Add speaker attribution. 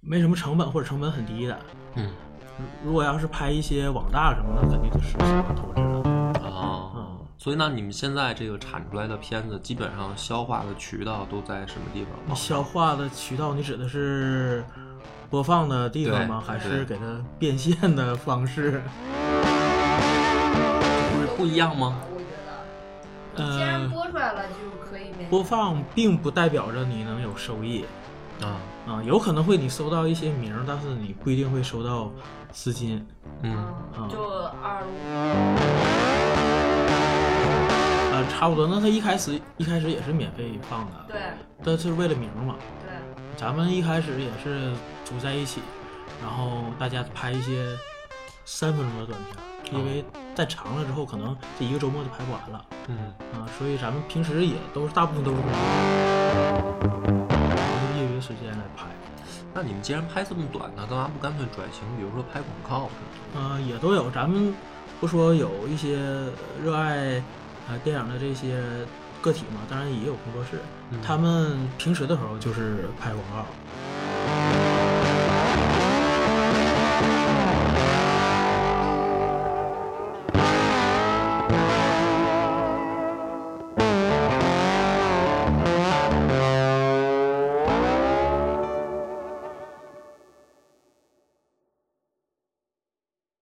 Speaker 1: 没什么成本或者成本很低的。
Speaker 2: 嗯，
Speaker 1: 如果要是拍一些网大什么的，肯定就是喜欢投资的。
Speaker 2: 啊、
Speaker 1: 嗯
Speaker 2: 所以呢，你们现在这个产出来的片子，基本上消化的渠道都在什么地方？
Speaker 1: 你消化的渠道，你指的是播放的地方吗？
Speaker 2: 对
Speaker 1: 还
Speaker 2: 对
Speaker 1: 是给它变现的方式？
Speaker 2: 不是不一样吗？
Speaker 3: 我觉得，既然
Speaker 1: 呃，
Speaker 3: 播出来了，就可以免
Speaker 1: 播放并不代表着你能有收益
Speaker 2: 啊，
Speaker 1: 啊、有可能会你收到一些名儿，但是你不一定会收到资金。
Speaker 2: 嗯，
Speaker 1: 嗯
Speaker 3: 就二五
Speaker 1: 呃，差不多。那他一开始一开始也是免费放的，
Speaker 3: 对
Speaker 1: 但是为了名儿嘛。
Speaker 3: 对
Speaker 1: 咱们一开始也是组在一起，然后大家拍一些三分钟的短片，因为再长了之后，可能这一个周末就拍不完了
Speaker 2: 嗯，
Speaker 1: 啊、所以咱们平时也都是大部分都是工作，然后用业余的时间来拍，
Speaker 2: 那你们既然拍这么短呢，干嘛不干脆转型，比如说拍广告什
Speaker 1: 嗯、也都有。咱们不说有一些热爱啊、呃电影的这些个体嘛，当然也有工作室，
Speaker 2: 嗯
Speaker 1: 他们平时的时候就是拍广告，
Speaker 2: 么